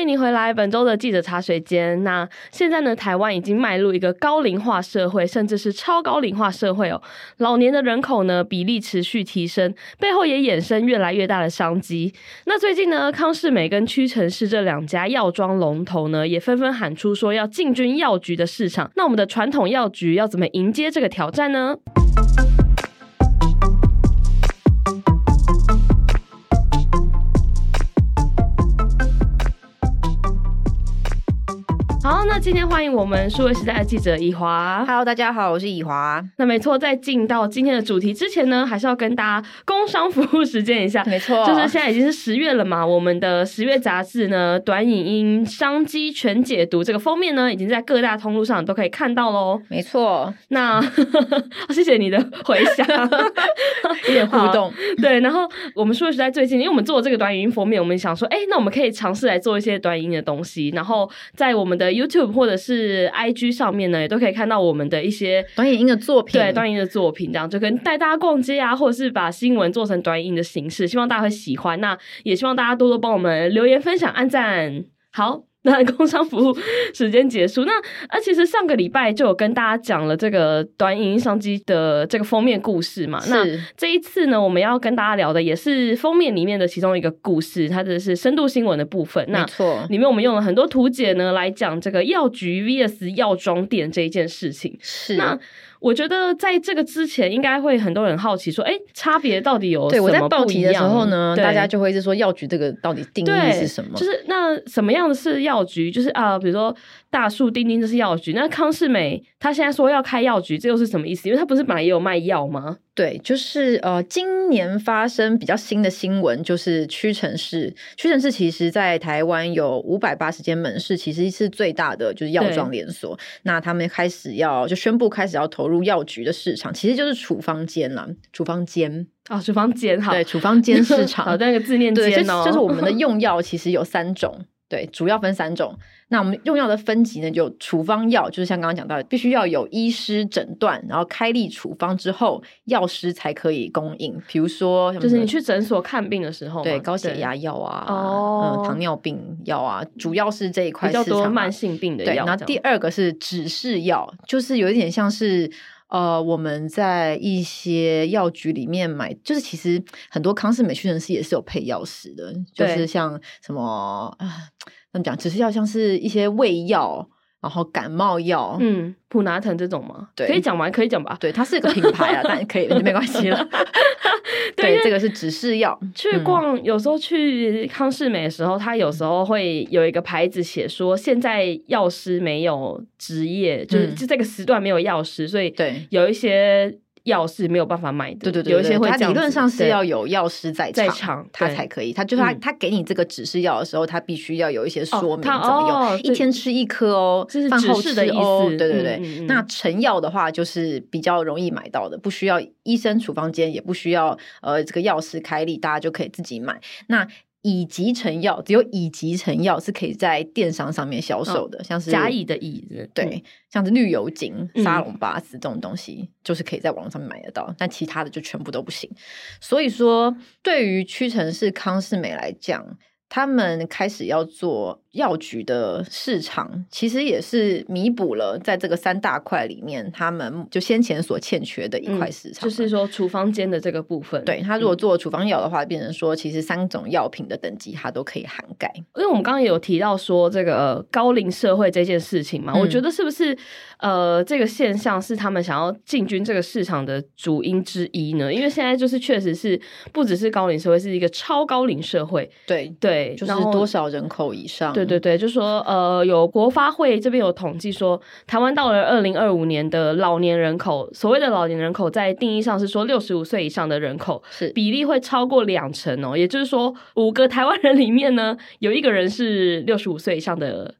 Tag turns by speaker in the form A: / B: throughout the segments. A: 迎您回来，本周的记者茶水间。那现在呢，台湾已经迈入一个高龄化社会，甚至是超高龄化社会哦。老年的人口呢比例持续提升，背后也衍生越来越大的商机。那最近呢，康世美跟屈臣氏这两家药妆龙头呢，也纷纷喊出说要进军药局的市场。那我们的传统药局要怎么迎接这个挑战呢？好，那今天欢迎我们数位时代的记者以华。
B: Hello，大家好，我是以华。
A: 那没错，在进到今天的主题之前呢，还是要跟大家工商服务实践一下。
B: 没错
A: 就是现在已经是十月了嘛，我们的十月杂志呢，短影音商机全解读这个封面呢，已经在各大通路上都可以看到喽。
B: 没错，
A: 那 谢谢你的回 响，
B: 有点互动。
A: 对，然后我们说实在最近，因为我们做这个短影音封面，我们想说，哎，那我们可以尝试来做一些短影音的东西，然后在我们的 YouTube 或者是 IG 上面呢，也都可以看到我们的一些
B: 短影音的作品，
A: 对短影音的作品，这样就跟带大家逛街啊，或者是把新闻做成短影音的形式，希望大家会喜欢。那也希望大家多多帮我们留言、分享、按赞。好。 那工商服务时间结束。那呃，其实上个礼拜就有跟大家讲了这个短影音商机的这个封面故事嘛。那
B: 是
A: 这一次呢，我们要跟大家聊的也是封面里面的其中一个故事，它的是深度新闻的部分。
B: 没
A: 那
B: 错，
A: 里面我们用了很多图解呢，来讲这个药局 VS 药妆店这一件事情。
B: 是
A: 那我觉得在这个之前，应该会很多人好奇说，哎、差别到底有
B: 对我
A: 什
B: 在
A: 么
B: 报
A: 不一
B: 题的时
A: 样
B: 候呢，
A: 对
B: 大家就会一直说药局这个到底定义
A: 对
B: 是什么？
A: 就是那什么样的是药局？就是啊、比如说大树、丁丁这是药局，那康世美他现在说要开药局，这又是什么意思？因为他不是本来也有卖药吗？
B: 对，就是呃，今年发生比较新的新闻，就是屈臣氏。屈臣氏其实在台湾有五百八十间门市，其实是最大的就是药
A: 对
B: 妆连
A: 嗯
B: 锁。那他们开始要就宣布开始要投入药局的市场，其实就是处方间啦，处方间，
A: 啊、处方间好，
B: 对，处方 间市场。
A: 好，那个 字念
B: 对，就
A: 间
B: 是
A: 哦，
B: 就是 我们的用药其实有三种，对，主要分三种。那我们用药的分级呢，有处方药，就是像刚刚讲到的，必须要有医师诊断，然后开立处方之后，药师才可以供应。比如说像什
A: 就
B: 么，
A: 是你去诊所看病的时候嘛，
B: 对高血压药啊，
A: 哦
B: 嗯，糖尿病药啊，主要是这一块
A: 比较
B: 市
A: 多
B: 场嘛
A: 慢性病的
B: 对，
A: 药
B: 然
A: 这样，
B: 后第二个是指示药，就是有一点像是。呃，我们在一些药局里面买，就是其实很多康氏美屈臣氏也是有配药师的，就
A: 对
B: 是像什么啊，怎么讲，只是要像是一些胃药，然后感冒药，
A: 嗯，普拿疼这种吗？
B: 对
A: 可以讲吗？可以讲吧。
B: 对，它是一个品牌啊，但可以没关系了。
A: 对因
B: 对，
A: 为
B: 这个是指示药，
A: 去逛、有时候去康世美的时候，他有时候会有一个牌子写说，现在药师没有职业，就是
B: 嗯
A: 就这个时段没有药师，所以
B: 对
A: 有一些药是没有办法买的，
B: 对对对，
A: 有一些会
B: 它
A: 这样
B: 理
A: 子
B: 论上是
A: 对
B: 要有药师在
A: 在场
B: 他
A: 对
B: 才可以。他就是他
A: 嗯
B: 他给你这个指示药的时候，他必须要有一些
A: 哦
B: 说明怎
A: 它
B: 么
A: 哦
B: 用，一
A: 这
B: 天吃一颗哦
A: 这是，
B: 饭
A: 指
B: 后
A: 示
B: 吃
A: 的意
B: 哦
A: 思
B: 对
A: 嗯
B: 对
A: 嗯
B: 对
A: 嗯，
B: 那成药的话就是比较容易买到的，不需要医生处方间，也不需要呃这个药师开立，大家就可以自己买。那乙级成药，只有乙级成药是可以在电商上面销售的，像是
A: 哦甲乙的乙，嗯是不是，
B: 对，像是绿油精、
A: 嗯
B: 沙龙巴斯这种东西，就是可以在网络上面买得到，但其他的就全部都不行。所以说，对于屈臣氏、康士美来讲，他们开始要做药局的市场，其实也是弥补了在这个三大块里面，他们就先前所欠缺的一块
A: 嗯
B: 市场
A: 就
B: 嘛、
A: 是嗯说处方间的这个部分，
B: 对他如果做处方药的话，变成说其实三种药品的等级它都可以涵盖。
A: 因为我们刚刚也有提到说这个呃高龄社会这件事情嘛，
B: 嗯
A: 我觉得是不是呃这个现象是他们想要进军这个市场的主因之一呢？因为现在就是确实是不只是高龄社会，是一个超高龄社会，
B: 对，
A: 对，
B: 就是
A: 然后
B: 多少人口以上？
A: 对对对，就说呃，有国发会这边有统计说，台湾到了二零二五年的老年人口，所谓的老年人口在定义上是说六十五岁以上的人口
B: 是
A: 比例会超过两成哦，也就是说五个台湾人里面呢， 有一个人是六十五岁以上的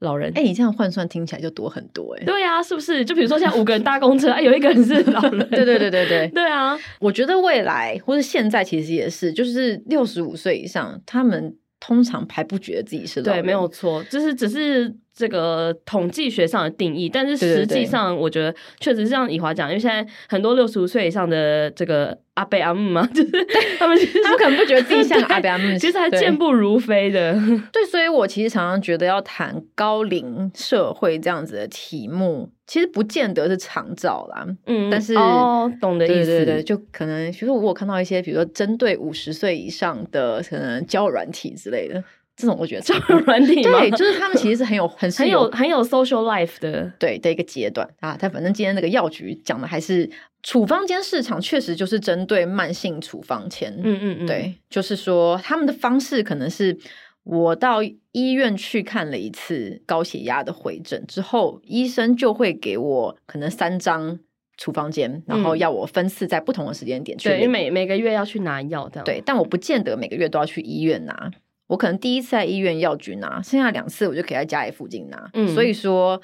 A: 老人。
B: 哎、你这样换算听起来就多很多哎、
A: 对啊，是不是？就比如说像五个人搭公车， 哎，有一个人是老 人。
B: 对对对对对，
A: 对啊，
B: 我觉得未来或者现在其实也是，就是六十五岁以上，他们通常还不觉得自己是老
A: 对，
B: 人
A: 没有错，就是只是这个统计学上的定义，但是
B: 对对
A: 实际
B: 对
A: 上我觉得确实是像以华讲，因为现在很多六十五岁以上的这个阿贝阿姆嘛， 就是他们其实
B: 他们可能不觉得自己像
A: 对
B: 阿贝阿 姆，
A: 其实还
B: 对
A: 健步如飞的，
B: 对，所以我其实常常觉得要谈高龄社会这样子的题目，其实不见得是长照啦。
A: 嗯，
B: 但是
A: 哦，懂的意
B: 对
A: 思，
B: 对对，就可能，比如说我有看到一些，比如说针对五十岁以上的可能交友软体之类的，这种我觉得超
A: 软体嘛，
B: 对，就是他们其实是很有很是
A: 很有很有 social life 的，
B: 对的一个阶段啊。但反正今天那个药局讲的还是处方间市场，确实就是针对慢性处方签，
A: 嗯嗯嗯，，
B: 对，就是说他们的方式可能是我到医院去看了一次高血压的回诊之后，医生就会给我可能三张处方笺，然后
A: 嗯
B: 要我分次在不同的时间点去
A: 对，因为
B: 领。
A: 每每个月要去拿药这样，
B: 对，但我不见得每个月都要去医院拿。我可能第一次在医院药局拿，剩下两次我就可以在家里附近拿。
A: 嗯
B: 所以说，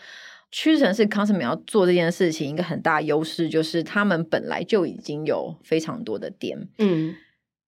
B: 屈臣氏康斯美要做这件事情，一个很大优势就是他们本来就已经有非常多的店，
A: 嗯，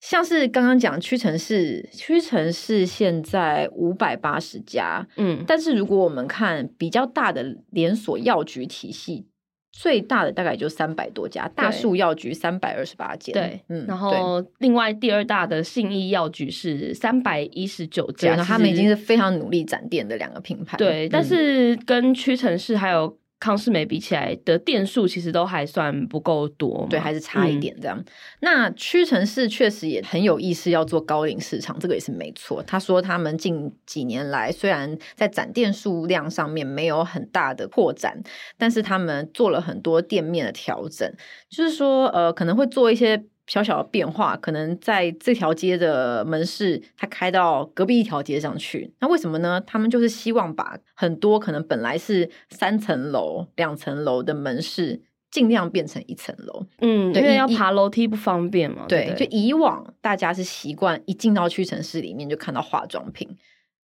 B: 像是刚刚讲屈臣氏，屈臣氏现在五百八十家，
A: 嗯
B: 但是如果我们看比较大的连锁药局体系，最大的大概也就三百多家，大树药局三百二十八间，
A: 对，
B: 嗯，
A: 然
B: 对。
A: 后另外第二大的信义药局是三百一十九家，
B: 对，然后他
A: 其
B: 们
A: 实
B: 已经是非常努力展店的两个品牌。
A: 对，但
B: 嗯
A: 是跟屈臣氏还有康士美比起来的店数，其实都还算不够多嘛，
B: 对，还是差一
A: 嗯。
B: 点这样。那屈臣氏确实也很有意识要做高龄市场，这个也是没错。他说他们近几年来虽然在展店数量上面没有很大的扩展，但是他们做了很多店面的调整，就是说呃可能会做一些。小小的变化，可能在这条街的门市，它开到隔壁一条街上去。那为什么呢？他们就是希望把很多可能本来是三层楼、两层楼的门市，尽量变成一层楼。
A: 嗯，因
B: 对
A: 为
B: 一
A: 要
B: 一
A: 爬楼梯不方便嘛。对
B: 对
A: 不，
B: 就
A: 对，
B: 以往大家是习惯一进到屈臣氏里面就看到化妆品，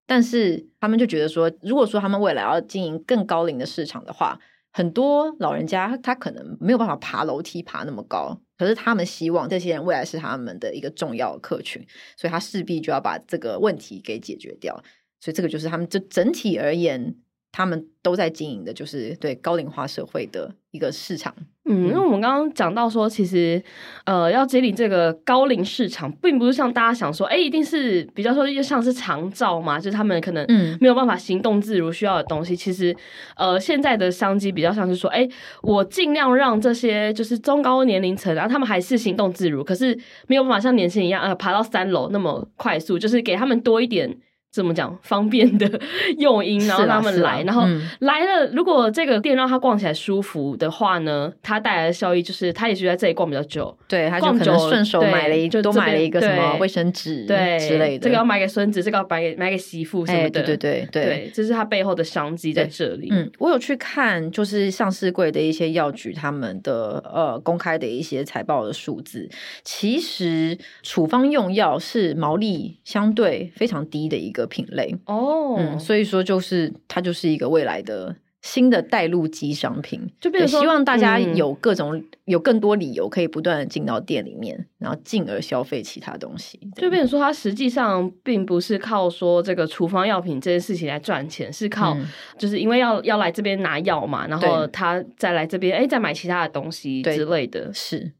B: 但是他们就觉得说，如果说他们未来要经营更高龄的市场的话，很多老人家他可能没有办法爬楼梯爬那么高，可是他们希望这些人未来是他们的一个重要的客群，所以他势必就要把这个问题给解决掉。所以这个就是他们就整体而言，他们都在经营的就是对高龄化社会的一个市场。
A: 嗯，因为我们刚刚讲到说，其实呃，要接领这个高龄市场，并不是像大家想说，哎，一定是比较说就像是长照嘛，就是他们可能
B: 嗯
A: 没有办法行动自如需要的东西，其实呃，现在的商机比较像是说，哎，我尽量让这些就是中高年龄层，然后他们还是行动自如，可是没有办法像年轻人一样，呃，爬到三楼那么快速，就是给他们多一点。怎么讲方便的 诱因，然后
B: 是啦
A: 让他们
B: 是啦
A: 来，然后
B: 嗯
A: 来了。如果这个店让他逛起来舒服的话呢，它带来的效益就是他也许在这里逛比较久，
B: 对，他就
A: 逛
B: 可
A: 久
B: 能
A: 了
B: 顺手
A: 对
B: 买了一
A: 就
B: 多
A: 这
B: 买了
A: 边
B: 一个什么
A: 对
B: 卫生纸
A: 对
B: 嗯之类的，
A: 这个要买给孙子，这个要买给买给媳妇什么
B: 哎，
A: 的，
B: 对对对对。
A: 对，这是它背后的商机在
B: 对
A: 这里。
B: 嗯，我有去看，就是上市柜的一些药局他们的呃公开的一些财报的数字。其实处方用药是毛利相对非常低的一个品类，
A: 哦，
B: 嗯，所以说就是它就是一个未来的新的带路机商品。
A: 就变
B: 对，
A: 成说
B: 希望大家
A: 嗯
B: 有各种、有更多理由可以不断的进到店里面，然后进而消费其他东西。
A: 就
B: 这样
A: 变成说，它实际上并不是靠说这个处方药品这件事情来赚钱，是靠
B: 嗯
A: 就是因为要要来这边拿药嘛，然后
B: 对
A: 他再来这边，哎、再买其他的东西
B: 对
A: 之类的。
B: 是，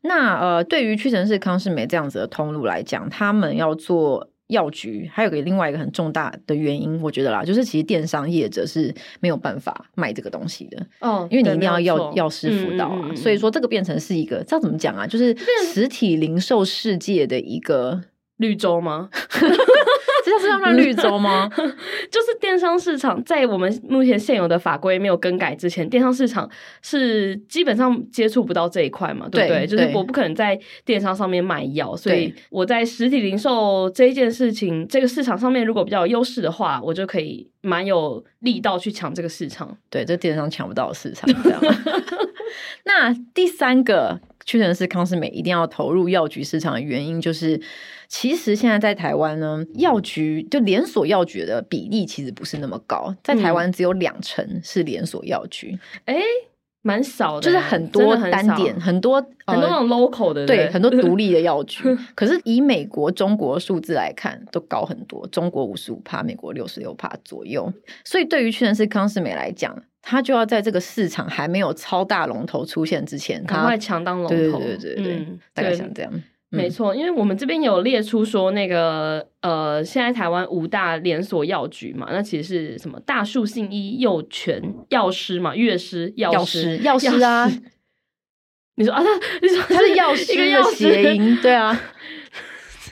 B: 那呃，对于屈臣氏、康士美这样子的通路来讲，他们要做药局，还有个另外一个很重大的原因，我觉得啦，就是其实电商业者是没有办法卖这个东西的，
A: 哦，
B: 因为你
A: 对
B: 一定要
A: 没有
B: 药
A: 错
B: 药师辅导啊，
A: 嗯嗯嗯嗯
B: 所以说这个变成是一个，这要怎么讲啊？就是实体零售世界的一个，
A: 绿洲吗？
B: 这叫是要算绿洲 吗？
A: 就是电商市场在我们目前现有的法规没有更改之前，电商市场是基本上接触不到这一块嘛，对不对？
B: 对
A: 就是
B: 对
A: 我不可能在电商上面卖药，所以
B: 对
A: 我在实体零售这一件事情，这个市场上面如果比较有优势的话，我就可以蛮有力道去抢这个市场。
B: 对，这电商抢不到的市场。这样 那第三个屈臣氏、康士美一定要投入药局市场的原因，就是其实现在在台湾呢，药局就连锁药局的比例其实不是那么高，在台湾只有两成是连锁药局。
A: 哎，蛮少的，
B: 就是很多
A: 真的很
B: 单
A: 少
B: 点，很多
A: 很多
B: 呃
A: 那种 local 的，
B: 对，很多
A: 独。
B: 独立的药局。可是以美国、中国数字来看，都高很多，中国五十五帕，美国六十六帕左右。所以对于屈臣氏、康士美来讲，它就要在这个市场还没有超大龙头出现之 前，
A: 赶快
B: 它
A: 强当龙
B: 对
A: 头，
B: 对对对对
A: 嗯，
B: 大概
A: 对
B: 想这样。
A: 没
B: 嗯
A: 错，因为我们这边有列出说那个呃，现在台湾五大连锁药局嘛，那其实是什么大树信医、幼泉药师嘛、乐师、药
B: 药
A: 师
B: 师、药师啊，
A: 你说啊，他你说
B: 它 是药
A: 一
B: 师
A: 个
B: 的
A: 药
B: 谐，音，对 啊。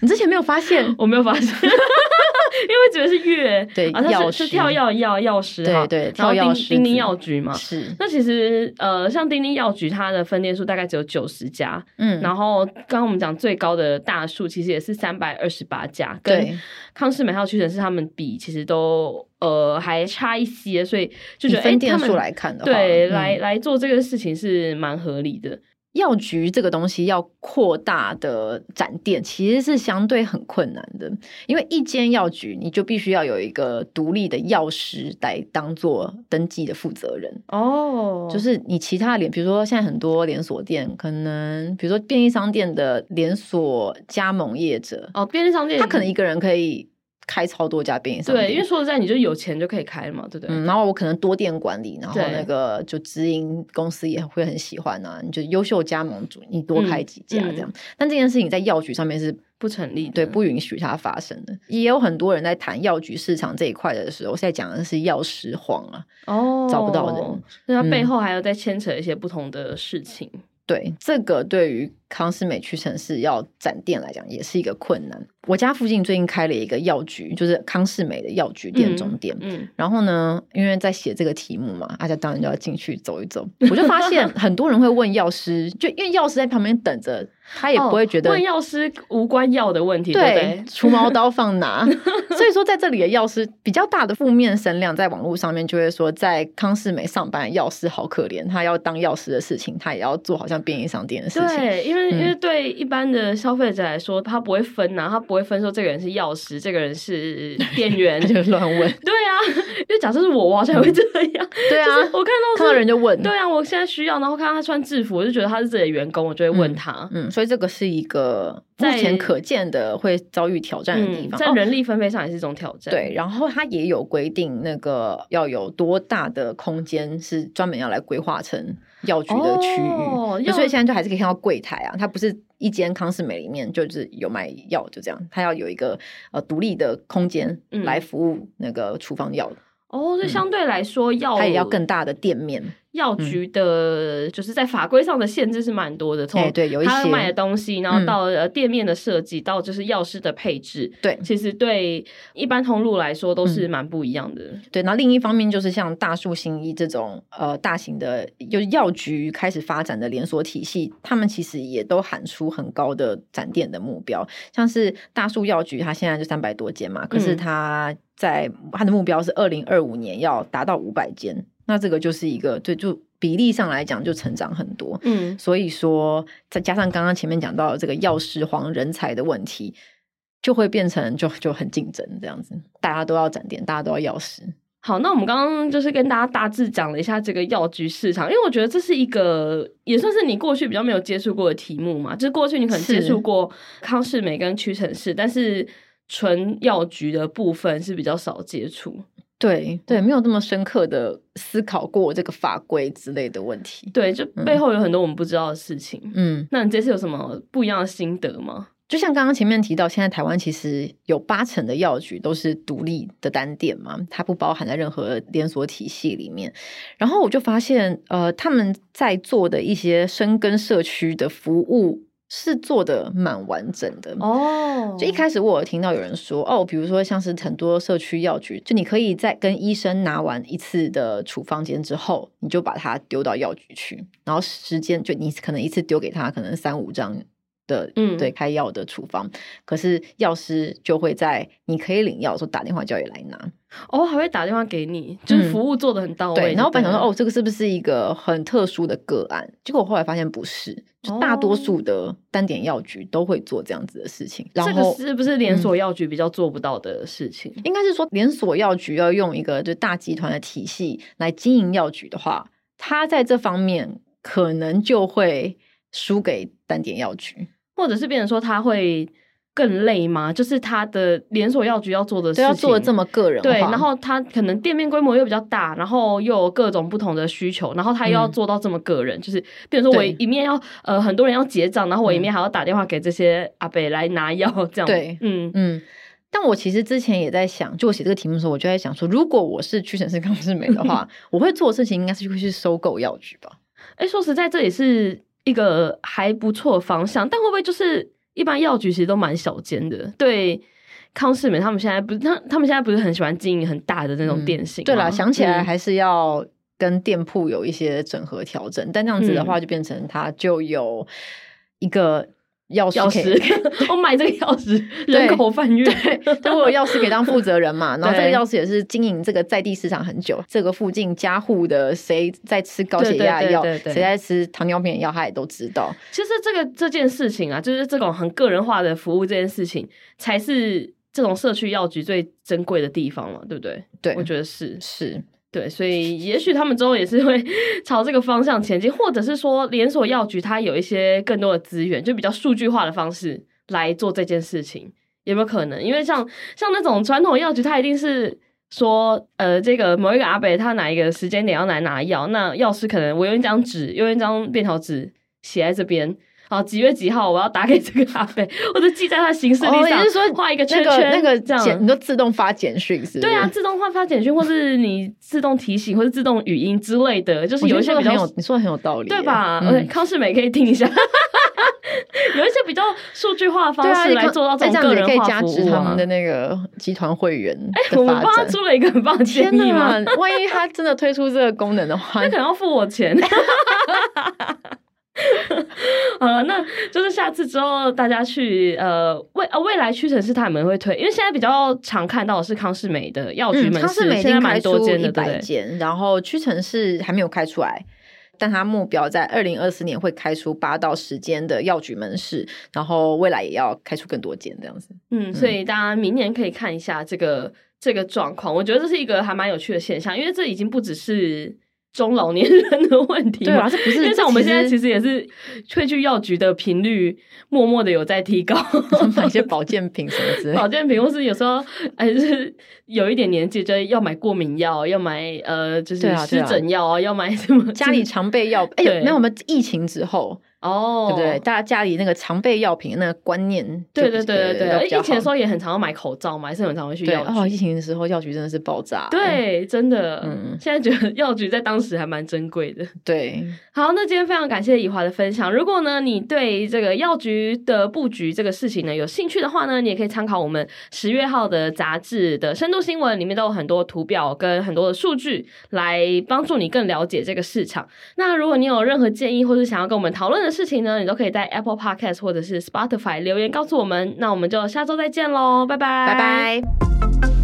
B: 你之前没有发现？
A: 我没有发现， 因为觉得是乐
B: 对
A: 啊，它
B: 药
A: 是是
B: 师
A: 跳药药药师哈，
B: 对对，
A: 然后
B: 跳药
A: 叮
B: 师
A: 叮叮
B: 子
A: 药局嘛。
B: 是，
A: 那其实呃，像叮叮药局，它的分店数大概只有九十家，
B: 嗯，
A: 然后刚刚我们讲最高的大数其实也是三百二十八家，跟
B: 对，
A: 康士美还有屈臣氏他们比，其实都呃还差一些，所以就
B: 以
A: 觉得哎
B: 分
A: 他
B: 店
A: 们
B: 数来看的话，
A: 对
B: 嗯
A: 来来做这个事情是蛮合理的，
B: 药局这个东西要扩大的展店，其实是相对很困难的，因为一间药局你就必须要有一个独立的药师来当做登记的负责人。
A: 哦
B: 就。是你其他的连，比如说现在很多连锁店，可能比如说便利商店的连锁加盟业者，
A: 哦，便利商店
B: 他可能一个人可以开超多家便利商店，
A: 对，因为说实在，你就有钱就可以开了嘛，对不对？
B: 嗯，然后我可能多店管理，然后
A: 对
B: 那个就直营公司也会很喜欢啊，你就优秀加盟主，你多
A: 嗯
B: 开几家这样。但这件事情在药局上面是
A: 不成立的
B: 对不允许它发生的。也有很多人在谈药局市场这一块的时候，在讲的是药师荒啊，
A: 哦，
B: 找不到人，
A: 所以它
B: 嗯
A: 背后还有在牵扯一些不同的事情。
B: 对这个对于康斯美屈臣氏要展店来讲也是一个困难。我家附近最近开了一个药局，就是康士美的药局店总店，
A: 嗯，
B: 然后呢，因为在写这个题目嘛，大家当然就要进去走一走。 我就发现很多人会问药师，就因为药师在旁边等着，他也不会觉得、
A: 哦问药师无关药的问题，对不
B: 对
A: 对，
B: 除毛刀放 哪。所以说，在这里的药师比较大的负面声量，在网络上面就会说，在康世美上班的药师好可怜，他要当药师的事情，他也要做好像便利商店的事情。
A: 对，因为、因
B: 嗯
A: 为对一般的消费者来说，他不会分呐、他不会分说这个人是药师，这个人是店 员。
B: 他就乱问，
A: 对啊， 因为假设是我，我好像也会这样。
B: 对啊，
A: 就是我看到
B: 看到
A: 是
B: 人就问，
A: 对啊，我现在需要，然后看到他穿制服，我就觉得他是这里的员工，我就会问他。
B: 嗯，所以这个是一个目
A: 在
B: 前可见的会遭遇挑战的地
A: 嗯，
B: 方。
A: 在
B: 哦
A: 人力分配上也是一种挑战。
B: 对，，然后它也有规定，那个要有多大的空间是专门要来规划成药局的区域。
A: 哦
B: 就所
A: 要
B: 以现在就还是可以看到柜台啊，它不是一间康士美里面就是有卖药就这样，它要有一个呃独立的空间
A: 嗯
B: 来服务那个处方药，
A: 哦，所以相对来说，药
B: 嗯它也要更嗯大的店面。
A: 药局的，就是在法规上的限制是蛮多的。从
B: 哎对有一
A: 他
B: 些
A: 卖的东西，然后
B: 嗯
A: 到呃店面的设计，到就是药师的配置，
B: 对
A: 其实对一般通路来说都
B: 嗯
A: 是蛮不一样的。
B: 对，那另一方面就是像大树新一这种呃大型的就是药局开始发展的连锁体系，他们其实也都喊出很高的展店的目标，像是大树药局，它现在就三百多间嘛，可是
A: 嗯
B: 它在它的目标是二零二五年要达到五百间，那这个就是一个对就比例上来讲就成长很多，
A: 嗯，
B: 所以说，再加上刚刚前面讲到的这个药师荒人才的问题，就会变成就就很竞争这样子，大家都要展店，大家都要药师。
A: 好，那我们刚刚就是跟大家大致讲了一下这个药局市场，因为我觉得这是一个也算是你过去比较没有接触过的题目嘛，就是过去你可能
B: 是
A: 接触过康世美跟屈臣氏，但是纯药局的部分是比较少接触。
B: 对对，没有那么深刻的思考过这个法规之类的问题。
A: 对，就
B: 嗯
A: 背后有很多我们不知道的事情。
B: 嗯，
A: 那你这次有什么不一样的心得吗？
B: 就像刚刚前面提到，现在台湾其实有八成的药局都是独立的单店嘛，它不包含在任何连锁体系里面。然后我就发现，呃，他们在做的一些深耕社区的服务是做的蛮完整的。
A: 哦
B: 就一开始我有听到有人说，哦，比如说像是很多社区药局，就你可以在跟医生拿完一次的处方笺之后，你就把它丢到药局去，然后时间就你可能一次丢给他可能三五张的，
A: 嗯
B: 对，开药的处方，可是药师就会在你可以领药的时候打电话叫你来拿，
A: 哦，还会打电话给你，就是
B: 嗯
A: 服务做的很到位就对
B: 对，
A: 了。
B: 然后我本来想说，哦，这个是不是一个很特殊的个案？结果我后来发现不是，就大
A: 哦
B: 多数的单点药局都会做这样子的事情，然
A: 这
B: 后嗯
A: 个是不是连锁药局比较做不到的事情？
B: 应该是说连锁药局要用一个就大集团的体系来经营药局的话，它在这方面可能就会输给单点药局。
A: 或者是变成说他会更累吗？就是他的连锁药局要做的事
B: 都
A: 情，
B: 要做的这么个人化，
A: 对，然后他可能店面规模又比较大，然后又有各种不同的需求，然后他又要
B: 嗯
A: 做到这么个人，就是比如说我
B: 对
A: 一面要呃很多人要结账，然后我一
B: 嗯
A: 面还要打电话给这些阿北来拿药，这样
B: 对
A: 嗯
B: 嗯。但我其实之前也在想，就我写这个题目的时候，我就在想说，如果我是屈臣氏康士美 的话，我会做的事情应该是会去收购药局吧。
A: 哎、说实在，这也是一个还不错的方向，但会不会就是一般药局其实都蛮小间的？对，康世美他们现在不是，他他们现在不是很喜欢经营很大的那种
B: 嗯
A: 店型吗、
B: 对啦，想起来
A: 嗯
B: 还是要跟店铺有一些整合调整，但这样子的
A: 嗯
B: 话，就变成它就有一个药 师
A: 钥
B: 可以。
A: 匙，我买这个钥匙，
B: 对
A: 人口贩运，
B: 对，如果药师可以当负责人嘛，然后这个
A: 对
B: 药师也是经营这个在地市场很久，这个附近家户的谁在吃高血压的药，
A: 对对对对对
B: 谁在吃糖尿病的药，他也都知道。
A: 其实这个这件事情啊，就是这种很个人化的服务这件事情，才是这种社区药局最珍贵的地方嘛，对不对？
B: 对，
A: 我觉得是。
B: 是，
A: 对，所以也许他们之后也是会 朝这个方向前进，或者是说连锁药局它有一些更多的资源，就比较数据化的方式来做这件事情，有没有可能？因为像像那种传统药局，它一定是说，呃，这个某一个阿伯他哪一个时间点要来拿药，那药师可能我用一张纸，用一张便条纸写在这边。好，几月几号我要打给这个阿伯，或者记在他行事历
B: 哦
A: 上，
B: 也就是说
A: 画一个圈
B: 那
A: 圈，
B: 个那个
A: 这样
B: 简，你都自动发简讯是不是？
A: 对啊，，自动换发简讯，或是你自动提醒，或是自动语音之类的，就是
B: 我觉
A: 有
B: 得
A: 一些
B: 这个
A: 比较
B: 很有，你说的很有道理耶，
A: 对吧？
B: 嗯
A: 而且康世美可以听一 下，有一些比较数据化的方
B: 对啊，
A: 式
B: 你
A: 来
B: 看
A: 做到
B: 哎
A: 种
B: 样
A: 个
B: 子也
A: 人
B: 可以
A: 化
B: 加
A: 服
B: 值
A: 务
B: 他们
A: 啊
B: 的。那个集团会员
A: 我
B: 的
A: 们
B: 发
A: 帮他
B: 展。
A: 出了一个很棒的建
B: 天
A: 议吗
B: 哪！？万一他真的推出这个功能的话
A: 那，可能要付我 钱。好了，那就是下次之后大家去呃未呃未来屈臣氏他们会推，因为现在比较常看到的是康世美的药局
B: 嗯，
A: 门
B: 康
A: 市，
B: 士美已
A: 现在
B: 经开
A: 蛮多
B: 出
A: 间
B: 一
A: 的，对不
B: 百
A: 对？
B: 间，然后屈臣氏还没有开出来。但它目标在二零二四年会开出八到十间的药局门市，然后未来也要开出更多间这样子。
A: 嗯，所以大家明年可以看一下这个这个状况，我觉得这是一个还蛮有趣的现象，因为这已经不只是中老年人的问题
B: 对啊，
A: 嘛。
B: 这不
A: 因
B: 是
A: 为
B: 这
A: 像我们现在其
B: 实
A: 实也是会去药局的频率，默默的有在提 高。
B: 买一 些保健品什么之类的
A: 保。健品，或是有时候还是有一点年纪，就要买过敏药，要买呃，就是
B: 对啊
A: 湿
B: 对啊
A: 疹药啊，要买什么
B: 家里常备药，哎、
A: 对
B: 没有，我们疫情之后，
A: 哦，
B: 对不对？？大家家里那个常备药品那个观念就
A: 对
B: 比，呃
A: 对对对对，
B: 要
A: 而
B: 比较
A: 疫情的
B: 好
A: 时候也很常要买口罩嘛，还是很常会去
B: 对
A: 药局。
B: 哦，疫情的时候药局真的是爆炸，
A: 对，真的，
B: 嗯
A: 现在觉得药局在当时还蛮珍贵的。
B: 对，
A: 好，那今天非常感谢以华的分享。如果呢，你对这个药局的布局这个事情呢有兴趣的话呢，你也可以参考我们十月号的杂志的深度新闻，里面都有很多图表跟很多的数据来帮助你更了解这个市场。那如果你有任何建议或是想要跟我们讨论的事情呢，你都可以在 Apple Podcast 或者是 Spotify 留言告诉我们。那我们就下周再见喽，拜拜，
B: 拜拜。